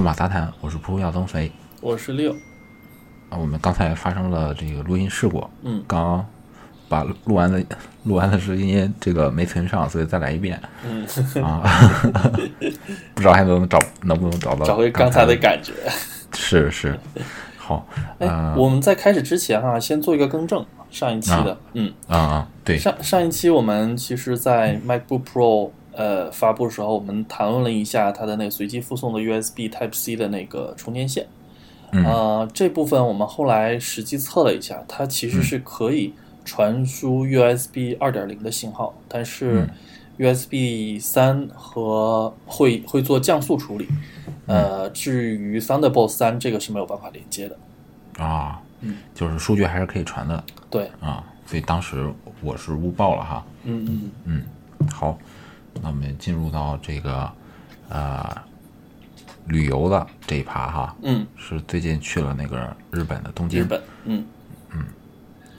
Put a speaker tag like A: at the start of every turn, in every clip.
A: 马杂谈，我是扑通要增肥。
B: 我是六，
A: 啊，我们刚才发生了这个录音事故，
B: 嗯，
A: 刚把录完的录完的是因为这个没存上，所以再来一遍。
B: 嗯，
A: 啊， 不知道还能找能不能找到
B: 找回刚才的感觉。
A: 是是，好
B: 哎，我们在开始之前啊，先做一个更正，上一期的，嗯，
A: 啊啊，对，
B: 上上一期我们其实，在 MacBook Pro 呃发布的时候，我们谈论了一下它的那个随机附送的 USB Type C 的那个充电线，
A: 嗯
B: 呃，这部分我们后来实际测了一下，它其实是可以传输 USB 二点零的信号，但是 USB 三和会会做降速处理。呃，至于 Thunderbolt 三这个是没有办法连接的。
A: 啊
B: 嗯，
A: 就是数据还是可以传的
B: 对，
A: 啊，所以当时我是误报了哈。
B: 嗯嗯，
A: 嗯，好，那我们进入到这个呃旅游的这一趴哈，
B: 嗯，
A: 是最近去了那个日本的东京。
B: 日本，嗯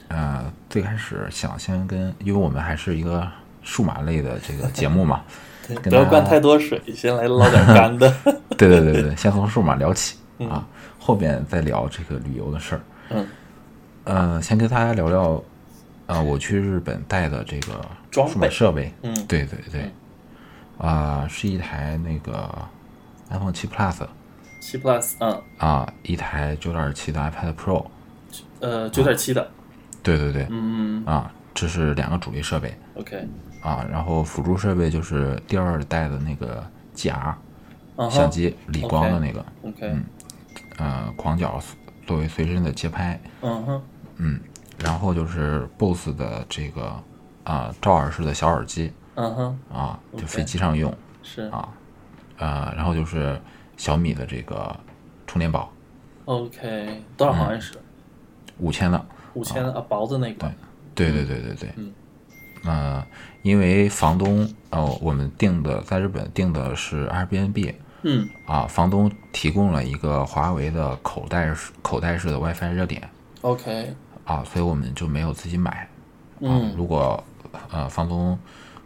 A: 呃，最开始想先跟，因为我们还是一个数码类的这个节目 嘛，
B: 对，
A: 跟
B: 不要
A: 大
B: 灌
A: 家
B: 太多水，先来捞点干的。
A: 对对对对，先从数码聊起啊，后边再聊这个旅游的事儿。
B: 嗯，
A: 呃，先跟大家聊聊，呃，我去日本带的这个
B: 装
A: 数码
B: 备
A: 设备，
B: 嗯
A: 对对对，啊、是一台那个 iPhone 七 Plus
B: 七 Plus，嗯，
A: 啊、一台九点七的 iPad Pro，
B: 呃，九点七的，
A: 对对对，
B: 嗯嗯
A: 啊、这是两个主力设备
B: ，OK，
A: 啊、然后辅助设备就是第二代的那个 GR
B: 嗯
A: 相
B: 哼
A: 机，理光的那个嗯
B: ，OK，
A: 呃广角作为随身的节拍，
B: 嗯哼，
A: 嗯，然后就是 BOSS 的这个啊、罩耳式的小耳机
B: 嗯哼，
A: 啊，就
B: OK
A: 飞机上用
B: 是
A: 啊，呃，然后就是小米的这个充电宝
B: ，OK，多少毫安时？
A: 五千的，
B: 五千啊，薄的那个，
A: 嗯对对对对对，
B: 嗯，
A: 呃，因为房东呃我们订的在日本订的是 Airbnb
B: 嗯
A: 啊，房东提供了一个华为的口袋式口袋式的 WiFi 热点
B: ，OK，
A: 啊，所以我们就没有自己买，啊，
B: 嗯
A: 如果呃房东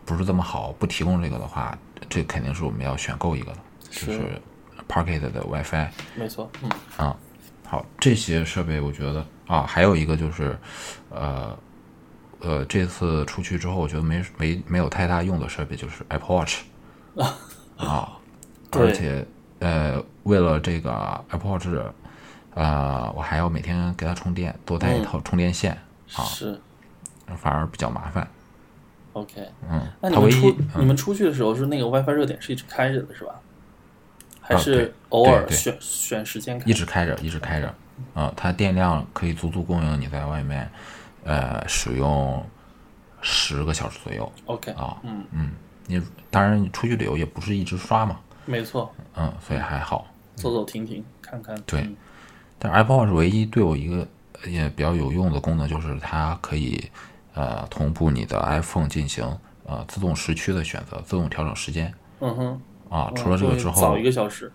A: 不是这么好，不提供这个的话，这肯定是我们要选购一个的，就是是 Pocket 的 WiFi
B: 没错，嗯
A: 啊。好，这些设备我觉得啊，还有一个就是，呃呃，这次出去之后，我觉得没没没有太大用的设备就是 Apple Watch 啊，
B: 对
A: 而且呃，为了这个 Apple Watch，呃，我还要每天给它充电，多带一套充电线，
B: 是
A: 反而比较麻烦。
B: ，OK。
A: 嗯，
B: 那你
A: 它唯
B: 们
A: 一
B: 出你们出去的时候是那个 WiFi 热点是一直开着的是吧？还
A: 啊
B: 是
A: 对
B: 偶
A: 对
B: 尔
A: 对
B: 选选时间开
A: 一？直开着，一直开着，啊、它电量可以足足供应你在外面，呃，使用十个小时左右。
B: OK，
A: 啊
B: 嗯，
A: 嗯，你当然你出去旅游也不是一直刷嘛，
B: 没错，
A: 嗯，所以还好。
B: 走走停停看看。
A: 对
B: 嗯
A: 但是 Apple Watch 唯一对我一个呃也比较有用的功能就是它可以呃同步你的 iPhone 进行呃自动时区的选择，自动调整时间
B: 嗯哼，
A: 啊。
B: 嗯
A: 除了这个
B: 会
A: 之后，
B: 早一个小时。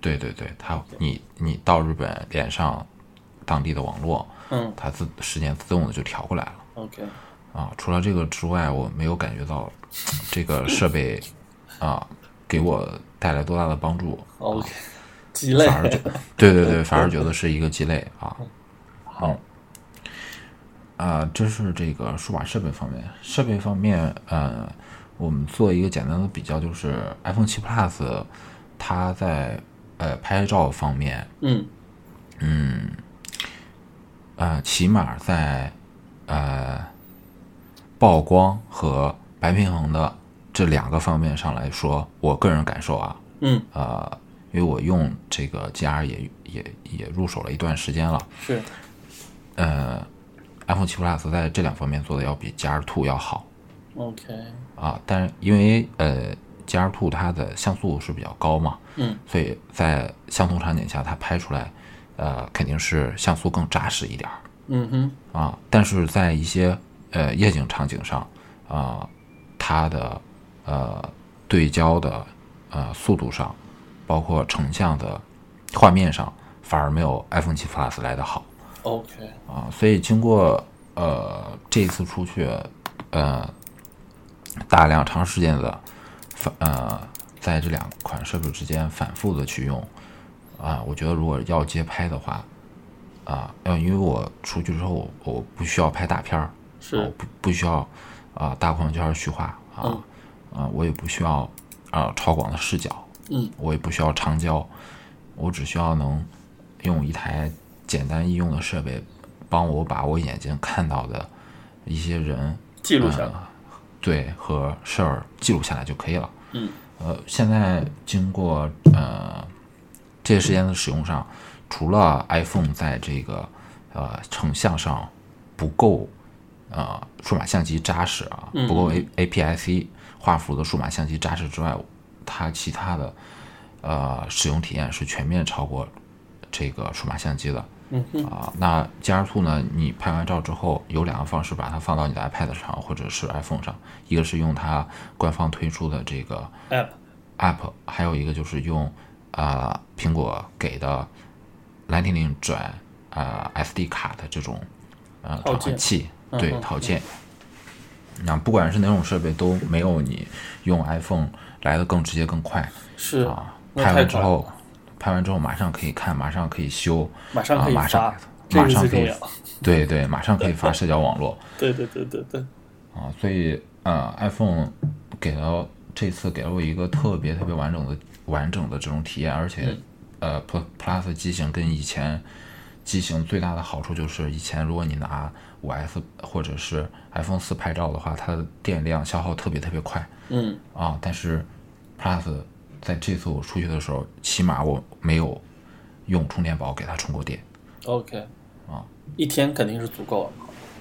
A: 对对对，它你你到日本连上当地的网络，
B: 嗯
A: 它自时间自动的就调过来了。
B: ，OK，
A: 啊，除了这个之外，我没有感觉到这个设备啊给我带来多大的帮助，
B: OK，鸡肋。
A: 反而觉 对对对，反而觉得是一个鸡肋啊。好，啊，这是这个数码设备方面，设备方面，呃，我们做一个简单的比较，就是 iPhone 7 Plus 它在呃拍照方面，
B: 嗯
A: 呃，起码在呃曝光和白平衡的这两个方面上来说，我个人感受啊，
B: 嗯，
A: 呃，因为我用这个 GR 也也也入手了一段时间了，
B: 是
A: 呃，iPhone 7 Plus 在这两方面做的要比 GR Two 要好
B: OK，
A: 啊，但是因为呃 GR Two 它的像素是比较高嘛，
B: 嗯，
A: 所以在相同场景下它拍出来，呃，肯定是像素更扎实一点儿。
B: 嗯哼，
A: 啊，但是在一些呃夜景场景上，啊、它的呃对焦的呃速度上，包括成像的画面上，反而没有 iPhone 7 Plus 来的好
B: OK，
A: 啊。所以经过呃这次出去，呃大量长时间的反呃在这两款设备之间反复的去用，啊，我觉得如果要街拍的话，啊，要因为我出去之后，我我不需要拍大片儿，
B: 是
A: 我哦不不需要啊大框圈虚化啊
B: 嗯
A: 啊，我也不需要啊超广的视角，
B: 嗯
A: 我也不需要长焦，我只需要能用一台简单易用的设备，帮我把我眼睛看到的一些人
B: 记录下来，
A: 对和事儿记录下来就可以了。
B: 嗯，
A: 呃，现在经过呃这些时间的使用上，除了 iPhone 在这个呃成像上不够呃数码相机扎实啊，
B: 嗯
A: 不够 A APS-C 画幅的数码相机扎实之外，它其他的呃使用体验是全面超过这个数码相机的。
B: 嗯哼，
A: 啊，那 GR Two 呢？你拍完照之后有两个方式把它放到你的 iPad 上或者是 iPhone 上，一个是用它官方推出的这个
B: app
A: App，还有一个就是用啊、呃苹果给的蓝精灵转啊、呃 SD 卡的这种呃
B: 套
A: 转
B: 件
A: 换器，对
B: 嗯嗯
A: 套件。那不管是哪种设备都没有你用 iPhone 来的更直接更快
B: 是
A: 啊！
B: 那
A: 拍
B: 太
A: 完之
B: 快了
A: 后，拍完之后马上可以看，马上可以修，
B: 马上可以
A: 啊马上
B: 发，这
A: 马
B: 个
A: 上
B: 最
A: 可以
B: 重要。
A: 对对，马上可以发社交网络
B: 对对对对对，
A: 啊，所以呃，iPhone 给了这次给了我一个特别特别完整的完整的这种体验，而且、呃，Pl-，Plus 机型跟以前机型最大的好处就是，以前如果你拿五 S 或者是 iPhone 四拍照的话，它的电量消耗特别特别快
B: 嗯，
A: 啊，但是 Plus 在这次我出去的时候，起码我没有用充电宝给它充过电。
B: OK，啊，一天肯定是足够了。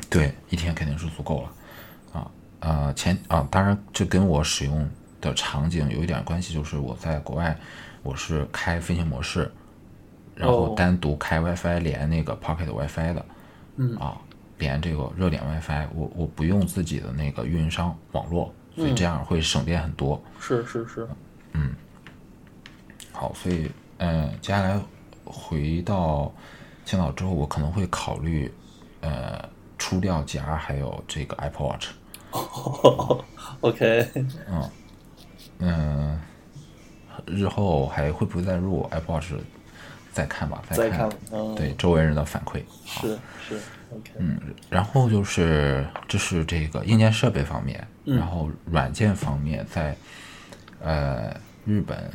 A: 对，一天肯定是足够了，啊，呃，前啊，当然这跟我使用的场景有一点关系，就是我在国外我是开飞行模式，然后
B: 哦
A: 单独开 WiFi 连那个 Pocket WiFi 的，
B: 嗯
A: 啊，连这个热点 WiFi，我我不用自己的那个运营商网络，所
B: 嗯
A: 以这样会省电很多。
B: 是是是，
A: 好，所以嗯、呃接下来回到青岛之后，我可能会考虑呃出掉 GR 还有这个 Apple Watch。
B: OK，
A: 嗯，日后还会不会再入 Apple Watch？再看吧，
B: 再
A: 看
B: 看，嗯，
A: 对嗯周围人的反馈。
B: 是是，OK，
A: 然后就是这是这个硬件设备方面，
B: 嗯
A: 然后软件方面在呃日本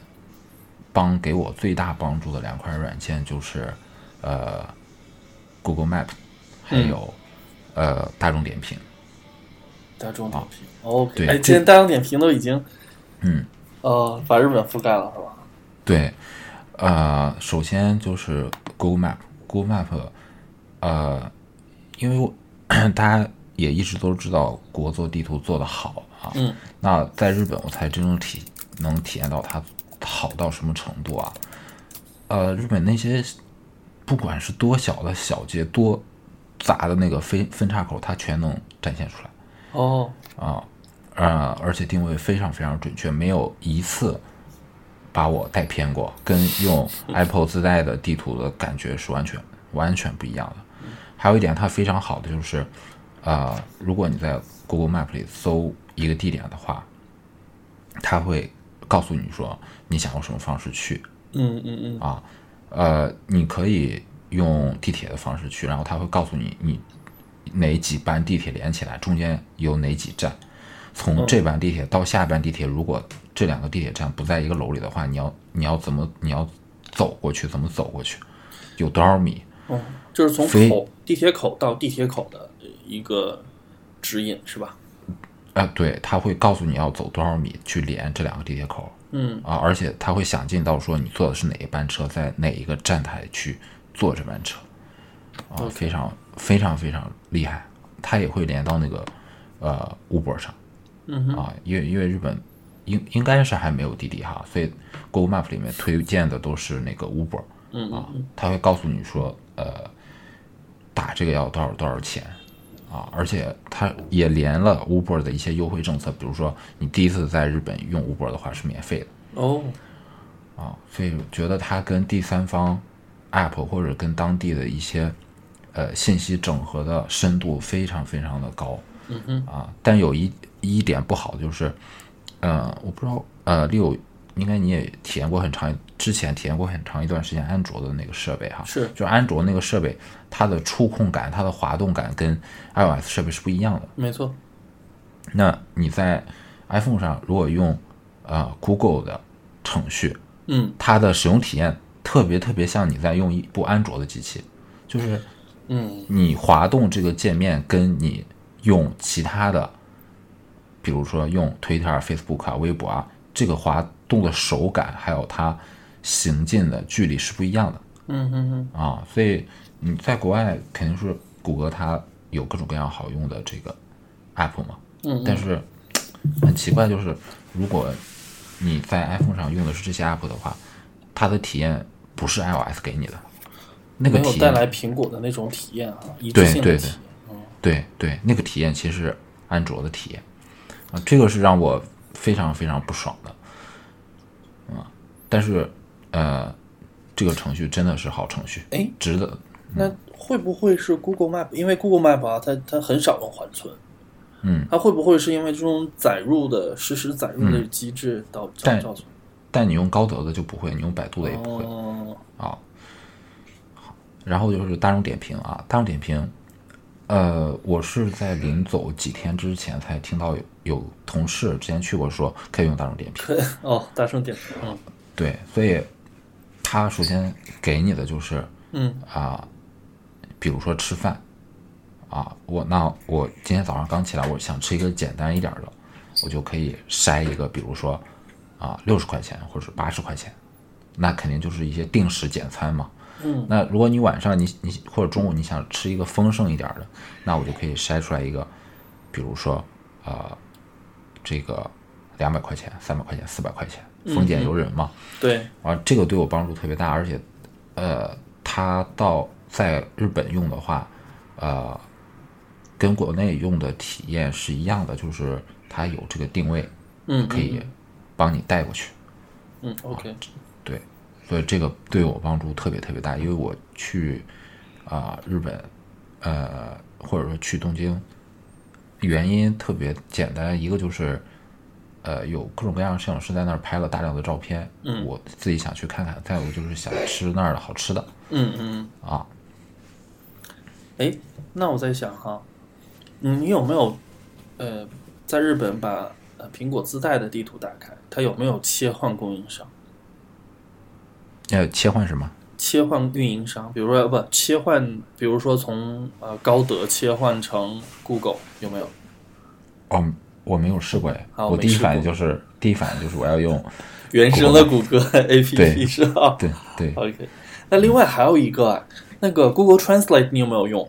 A: 帮给我最大帮助的两块软件就是呃 Google Map，还
B: 嗯
A: 有、呃大众点评。
B: 大众点评，OK，
A: 对
B: 哎，
A: 这
B: 今天大众点评都已经，
A: 嗯，
B: 呃，把日本覆盖了是吧？
A: 对，呃，首先就是 Google Map，Google Map，呃，因为我 大家也一直都知道国做地图做得好啊，
B: 嗯，
A: 那在日本我才真正体能体验到它好到什么程度啊，呃，日本那些不管是多小的小街，多杂的那个分分岔口，它全能展现出来。
B: 哦，
A: 啊，呃，而且定位非常非常准确，没有一次把我带偏过，跟用 Apple 自带的地图的感觉是完全完全不一样的。还有一点，它非常好的就是，呃，如果你在 Google Map 里搜一个地点的话，它会告诉你说你想用什么方式去，
B: 嗯嗯嗯，
A: 呃，你可以用地铁的方式去，然后它会告诉你你哪几班地铁连起来，中间有哪几站。从这班地铁到下班地铁，如果这两个地铁站不在一个楼里的话，你要你要怎么你要走过去，怎么走过去，有多少米？
B: 哦，就是从
A: 非
B: 口地铁口到地铁口的一个指引是吧？
A: 啊、对，它会告诉你要走多少米去连这两个地铁口
B: 嗯
A: 啊，而且它会详尽到说你坐的是哪一班车，在哪一个站台去坐这班车，啊，
B: OK
A: 非常非常非常厉害，它也会连到那个呃 Uber 上
B: 嗯哼，
A: 啊，因为因为日本应应该是还没有滴滴哈，所以 Google Map 里面推荐的都是那个 Uber，
B: 嗯
A: 啊
B: 嗯，嗯，
A: 他会告诉你说，呃，打这个要多少多少钱啊，而且他也连了 Uber 的一些优惠政策，比如说你第一次在日本用 Uber 的话是免费的
B: 哦，
A: 啊，所以我觉得它跟第三方 App 或者跟当地的一些呃信息整合的深度非常非常的高
B: 嗯哼，
A: 啊，但有一一点不好就是，呃，我不知道呃，六应该你也体验过很长之前体验过很长一段时间安卓的那个设备哈，
B: 是
A: 就安卓那个设备，它的触控感、它的滑动感跟 iOS 设备是不一样的。
B: 没错，
A: 那你在 iPhone 上如果用呃 Google 的程序，
B: 嗯
A: 它的使用体验特别特别像你在用一部安卓的机器，就是
B: 嗯，
A: 你滑动这个界面跟你用其他的，比如说用 Twitter 啊、Facebook 啊、微博啊，这个滑动的手感还有它行进的距离是不一样的。
B: 嗯嗯嗯，
A: 啊，所以你在国外肯定是谷歌它有各种各样好用的这个 app 嘛，
B: 嗯嗯
A: 但是很奇怪就是，如果你在 iPhone 上用的是这些 app 的话，它的体验不是 iOS 给你的，那个
B: 没有
A: 体
B: 带
A: 验，
B: 来苹果的那种体验啊，一致
A: 对
B: 性
A: 对
B: 的
A: 对嗯
B: 体验。
A: 对对，那个体验其实是安卓的体验啊，这个是让我非常非常不爽的，啊，但是呃，这个程序真的是好程序，
B: 哎
A: 值得，
B: 那会不会是 Google Map？因为 Google Map 啊，它它很少用缓存，
A: 嗯，
B: 它会不会是因为这种载入的实时载入的机制导造
A: 嗯但
B: 造成？
A: 但你用高德的就不会，你用百度的也不会。
B: 哦，
A: 然后就是大众点评啊，大众点评，呃，我是在临走几天之前才听到有有同事之前去过说可以用大众点评，
B: 可哦，大声点评，嗯
A: 对，所以他首先给你的就是
B: 嗯
A: 啊、比如说吃饭啊，我那我今天早上刚起来，我想吃一个简单一点的，我就可以筛一个，比如说啊六十块钱或者八十块钱，那肯定就是一些定时简餐嘛。
B: 嗯，
A: 那如果你晚上你你或者中午你想吃一个丰盛一点的，那我就可以筛出来一个，比如说呃这个两百块钱、三百块钱、四百块钱，丰俭由人嘛。
B: 对，
A: 啊，这个对我帮助特别大，而且，呃，它到在日本用的话，呃，跟国内用的体验是一样的，就是它有这个定位，
B: 嗯
A: 可以帮你带过去。
B: 嗯，OK，
A: 对，所以这个对我帮助特别特别大，因为我去啊、日本，呃，或者说去东京，原因特别简单，一个就是呃有各种各样的摄影师在那儿拍了大量的照片，
B: 嗯
A: 我自己想去看看，再有就是想吃那儿的好吃的
B: 嗯嗯，
A: 啊，
B: 哎，那我在想哈，你你有没有呃，在日本把呃苹果自带的地图打开，它有没有切换供应商？
A: 呃，切换什么？
B: 切换运营商，比如说不切换，比如说从呃高德切换成 Google 有没有？
A: 哦，我没有试过哎，
B: 啊我
A: 我
B: 没
A: 第一
B: 试
A: 反应
B: 过
A: 就是第一反应就是我要 用，
B: 原生的谷歌 APP
A: 对
B: 是吧？
A: 对对
B: OK，那另外还有一个，啊那个 Google Translate 你有没有用？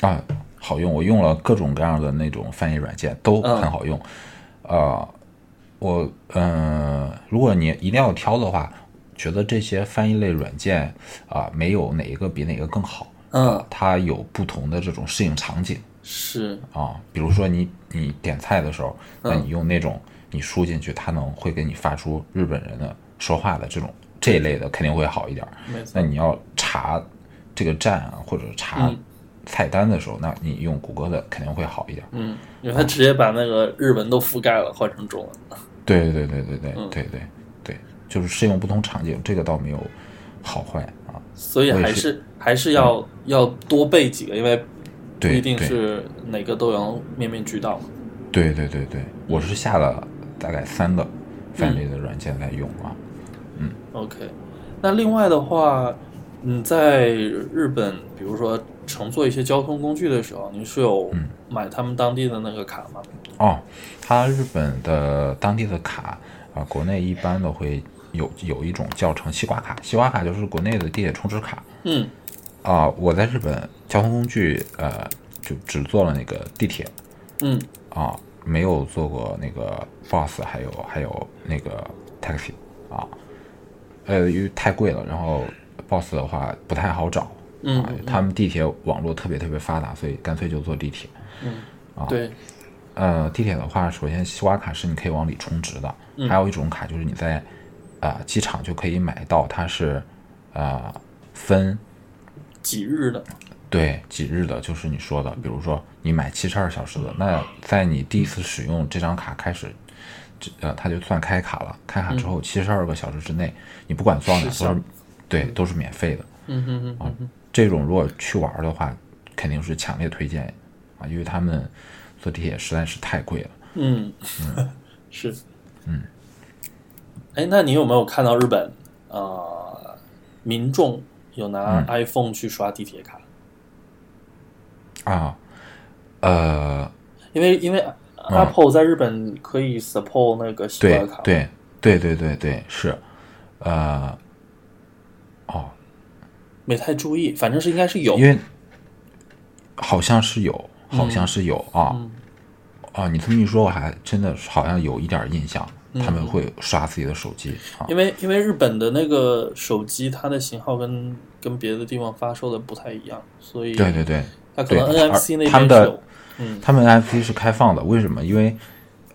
A: 啊，好用，我用了各种各样的那种翻译软件，都
B: 嗯
A: 很好用。呃，我嗯、呃如果你一定要挑的话，觉得这些翻译类软件啊、没有哪一个比哪个更好。
B: 嗯，
A: 它有不同的这种适应场景
B: 是，
A: 啊，比如说你你点菜的时候，那
B: 嗯
A: 你用那种你输进去，它能会给你发出日本人的说话的这种这一类的，肯定会好一点儿。
B: 没
A: 那，
B: 错
A: 你要查这个站啊，或者查
B: 嗯
A: 菜单的时候，那你用谷歌的肯定会好一点。
B: 嗯，因为它直接把那个日文都覆盖了，换成中文了。
A: 对对对对对
B: 嗯
A: 对对对，就是适用不同场景，这个倒没有好坏啊。
B: 所以
A: 我也
B: 还
A: 是
B: 是还是要、要多备几个，因为不
A: 对
B: 一定
A: 对
B: 是哪个都能面面俱到嘛。
A: 对对对对，我是下了大概三
B: 嗯
A: 个范例的软件在用啊。
B: OK，那另外的话，你在日本，比如说乘坐一些交通工具的时候，你是有
A: 嗯
B: 买他们当地的那个卡吗？
A: 哦，它日本的当地的卡啊，国内一般的会有有一种叫成西瓜卡，西瓜卡就是国内的地铁充值卡。
B: 嗯
A: 啊、我在日本交通工具呃就只坐了那个地铁
B: 嗯
A: 啊、没有坐过那个 bus，还有还有那个 taxi 啊，呃，因为太贵了，然后 bus 的话不太好找
B: 嗯
A: 啊，他们地铁网络特别特别发达，所以干脆就坐地铁。
B: 嗯，
A: 啊
B: 对，
A: 呃，地铁的话，首先西瓜卡是你可以往里充值的，
B: 嗯
A: 还有一种卡就是你在啊机场就可以买到，它是呃分
B: 几日的，
A: 对，几日的，就是你说的，比如说你买七十二小时的，那在你第一次使用这张卡开始，呃，它就算开卡了。开卡之后七十二个小时之内，你不管做到哪
B: 嗯是
A: 都是
B: 的
A: 对，都是免费的。
B: 嗯哼
A: 啊
B: 哼哼哼，
A: 这种如果去玩儿的话，肯定是强烈推荐啊，因为他们坐地铁实在是太贵了。
B: 嗯， 是，嗯，哎，那你有没有看到日本呃民众有
A: 嗯
B: 拿 iPhone 去刷地铁卡？
A: 啊，呃，
B: 因为因为 Apple 在日本可以 support 那个习
A: 对
B: 惯卡，，
A: 对对对对对，是，呃，哦，
B: 没太注意，反正是应该是有
A: 因，为好像是有，好像是有啊，啊，你这么一说，我还真的好像有一点印象，他们会刷自己的手机啊，
B: 因为因为日本的那个手机它的型号跟跟别的地方发售的不太一样，所以
A: 对对对，
B: 它可能
A: 对
B: NFC 那
A: 他
B: 边
A: 们
B: 是
A: 的
B: 有，嗯
A: 他们 NFC 是开放的，为什么？因为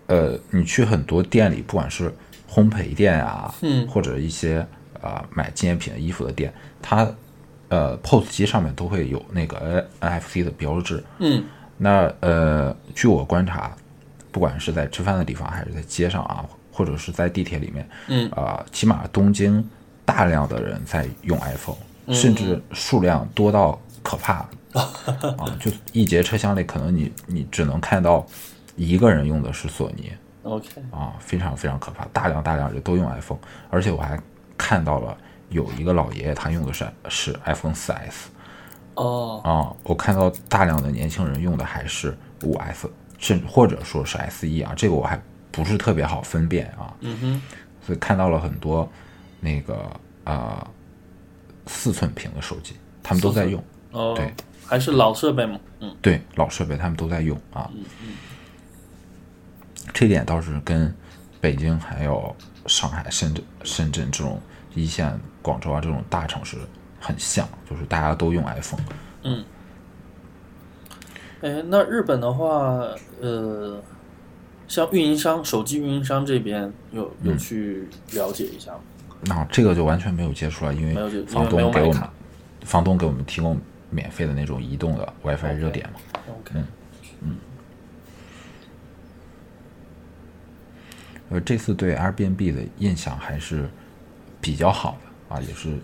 A: 呃，你去很多店里，不管是烘焙店啊，
B: 嗯
A: 或者一些呃买纪念品的衣服的店，它呃 POS 机上面都会有那个 N- NFC 的标志。
B: 嗯
A: 那呃，据我观察，不管是在吃饭的地方，还是在街上啊，或者是在地铁里面，
B: 嗯
A: 啊、起码东京大量的人在用 iPhone，、甚至数量多到可怕啊！就一节车厢里，可能你你只能看到一个人用的是索尼
B: ，OK，
A: 啊，非常非常可怕，大量大量人都用 iPhone，而且我还看到了有一个老爷爷他用的是是 iPhone 4 S
B: 哦，
A: 啊，我看到大量的年轻人用的还是5 S，甚至或者说是 SE 啊，这个我还不是特别好分辨啊。
B: 嗯哼，
A: 所以看到了很多那个呃四寸屏的手机，他们都在用，
B: 哦
A: 对，
B: 还是老设备嘛，嗯
A: 对老设备他们都在用啊。这点倒是跟北京还有上海、深圳、深圳这种一线、广州啊这种大城市很像，就是大家都用 iPhone。
B: 嗯。哎，那日本的话，呃，像运营商、手机运营商这边有
A: 嗯
B: 有去了解一下吗？
A: 那、这个就完全没有接触了，因
B: 没有接
A: 为
B: 触
A: 房
B: 因为没有
A: 东给
B: 买
A: 我们
B: 卡
A: 房东给我们提供免费的那种移动的 WiFi
B: OK
A: 热点嘛。嗯
B: OK，
A: 呃，这次对 Airbnb 的印象还是比较好的啊，也是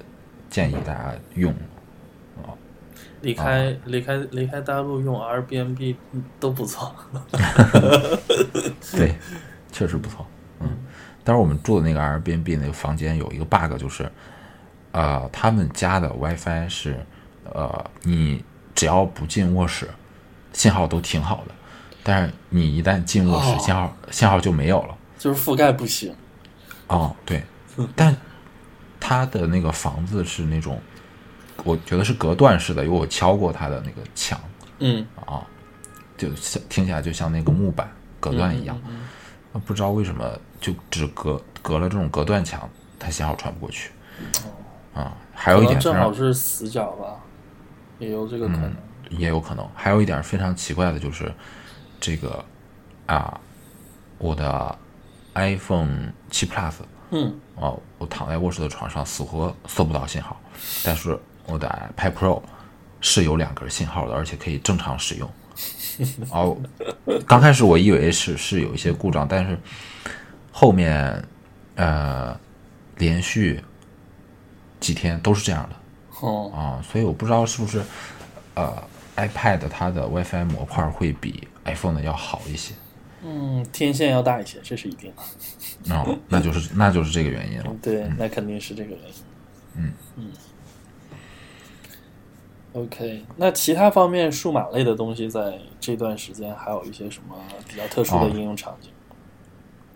A: 建议大家用。
B: 离
A: 哦
B: 开、离开离开大陆用 Airbnb 都不错。
A: 对， 确实不错。嗯，但是我们住的那个 Airbnb 那个房间有一个 bug，就是，呃，他们家的 WiFi 是，呃，你只要不进卧室，信号都挺好的，但是你一旦进卧室，
B: 哦
A: 信号信号就没有了。
B: 就是覆盖不行。
A: 哦，对，但他的那个房子是那种，我觉得是隔断式的，因为我敲过他的那个墙
B: 嗯，
A: 啊，就像听起来就像那个木板隔断
B: 嗯
A: 一样，那不知道为什么就只隔隔了这种隔断墙，它信号传不过去。啊，还有
B: 哦可
A: 一
B: 能
A: 点非
B: 正
A: 常
B: 好是死角吧，也有这个可能。
A: 也有可能。还有一点非常奇怪的就是，这个啊，我的 iPhone 七 Plus
B: 嗯
A: 哦，我躺在卧室的床上，死活搜不到信号，但是我的 iPad Pro 是有两根信号的，而且可以正常使用。哦，刚开始我以为是是有一些故障，但是后面呃连续几天都是这样的
B: 哦，
A: 啊、所以我不知道是不是呃 iPad 它的 WiFi 模块会比 iPhone 的要好一些。
B: 嗯，天线要大一些，这是一定的。
A: 哦，那就是那就是这个原因了。
B: 对，那肯定是这个原因。嗯嗯。OK，那其他方面数码类的东西，在这段时间还有一些什么比较特殊的
A: 哦
B: 应用场景？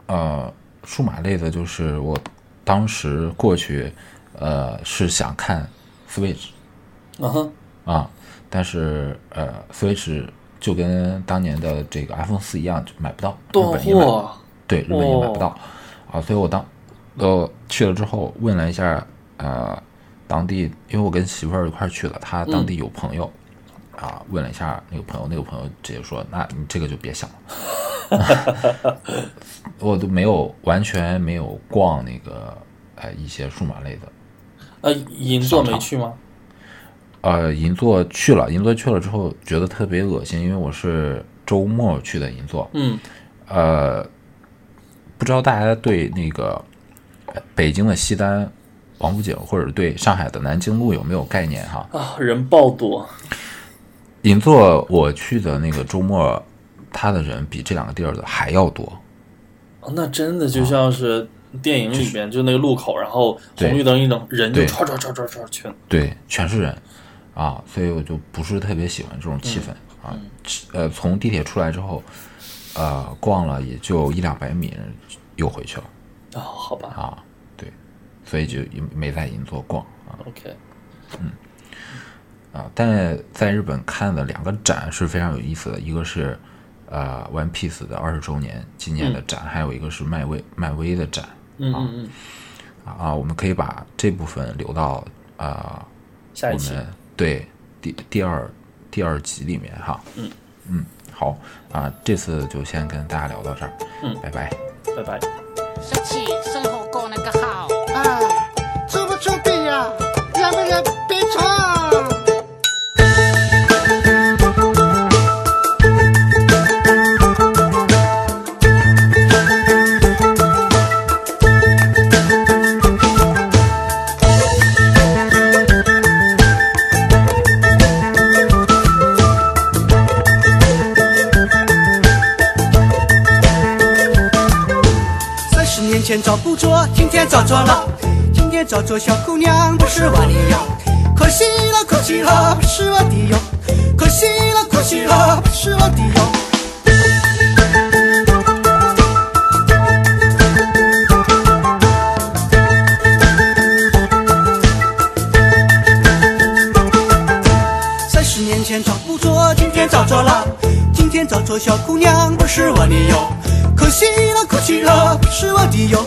A: 呃，数码类的，就是我当时过去，呃，是想看 Switch
B: 嗯哼，
A: 啊，但是呃，Switch 就跟当年的这个 iPhone 四一样，就买不到，日
B: 断
A: 本也买不
B: 货。
A: 对，日本也买
B: 哦
A: 不到、啊，所以我当呃去了之后问了一下呃当地，因为我跟媳妇儿一块儿去了，她当地有朋友、啊，问了一下那个朋友，那个朋友直接说，那你这个就别想了， 我都没有完全没有逛那个呃一些数码类的。
B: 呃，银座没去吗？
A: 呃，银座去了，银座去了之后觉得特别恶心，因为我是周末去的银座，
B: 嗯
A: 呃，不知道大家对那个呃北京的西单王府井，或者对上海的南京路有没有概念哈？
B: 啊，人爆多，
A: 银座我去的那个周末，他的人比这两个地儿的还要多。
B: 哦那真的就像是电影里面，就那个路口，然后红绿灯一等，人就
A: 对
B: 唰唰唰唰唰全。
A: 对，全是人啊，所以我就不是特别喜欢这种气氛、啊。吃呃，从地铁出来之后，呃，逛了也就一两百米，又回去了
B: 啊，好吧
A: 啊。对，所以就也没在银座逛啊
B: ，OK，
A: 啊。但是在日本看的两个展是非常有意思的，一个是呃 One Piece 的二十周年纪念的展，还有一个是漫威漫威的展
B: 嗯嗯嗯，
A: 啊。我们可以把这部分留到呃
B: 下一
A: 我
B: 期
A: 们对第第二第二集里面哈。
B: 嗯
A: 嗯，好啊，这次就先跟大家聊到这儿。
B: 嗯
A: 拜拜。
B: 拜拜。
C: 生气，生活过那个好。
D: 哎，出不出病呀？要不然别闯。
E: 三十年前找不着，今天找着了，今天找着小姑娘不是我的哟，可惜了，可惜了，不是我的哟，可惜了，可惜了，不是我的哟。三十年前找不着，今天找着了。今天找着小姑娘不是我的哟，可惜了，可惜了，不是我的哟，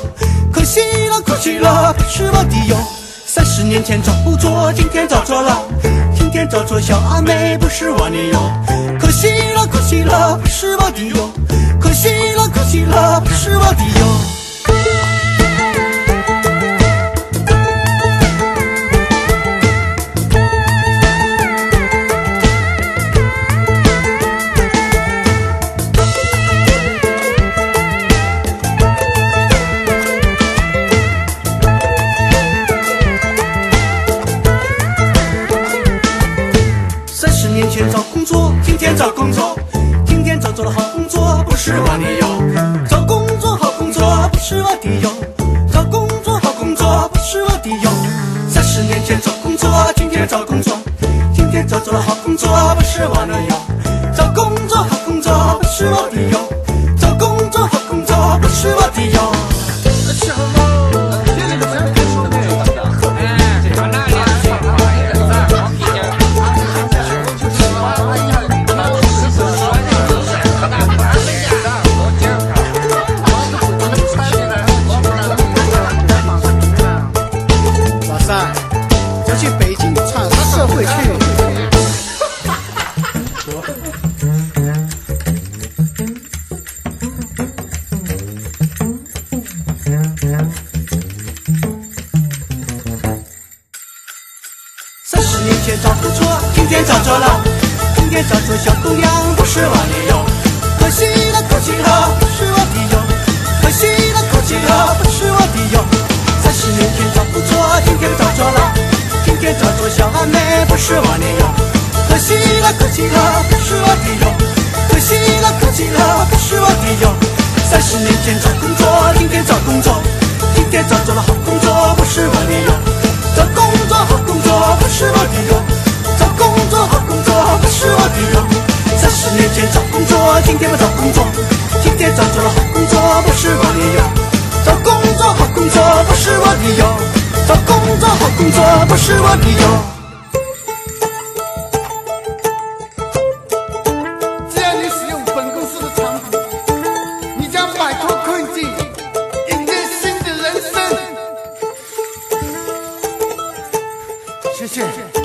E: 可惜了，可惜了，不是我的哟。三十年前找不着，今天找着了。今天找着小阿妹不是我的哟，可惜了，可惜了，不是我的哟，可惜了，可惜了，不是我的哟。三十年前找工作，今天找工作，今天找着了好工作，不是我的哟。找工作好工作，不是我的哟。找工作好工作，不是我的哟。三十年前找工作，今天找工作，今天找着了好工作，不是我的哟。找工作好工作，不是我的哟。找工作好工作，不是我的哟。
D: 哇塞，走进北京闯社会去。
E: 三十年前找不着，今天找着了，今天找着小姑娘不是我的哟，可惜了，可惜了，不是我的哟，可惜了，可惜了，不是我的哟。三十年前找不着，今天找着了，今天找着小阿妹不是我的哟，可惜了，可惜了，不是我的哟，可惜了，可惜了，不是我的哟。三十年前找工作，今天找工作，今天找着了好工作不是我的哟。找工作好工作不是我的哟，找工作好工作不是我的哟。三十年前找工作，今天不找工作，今天找着了好工作不是我的哟。找工作好工作不是我的哟，找工作好工作不是我的哟。
D: 只要你使用本公司的产品，你将摆脱困境，迎接新的人生。谢谢。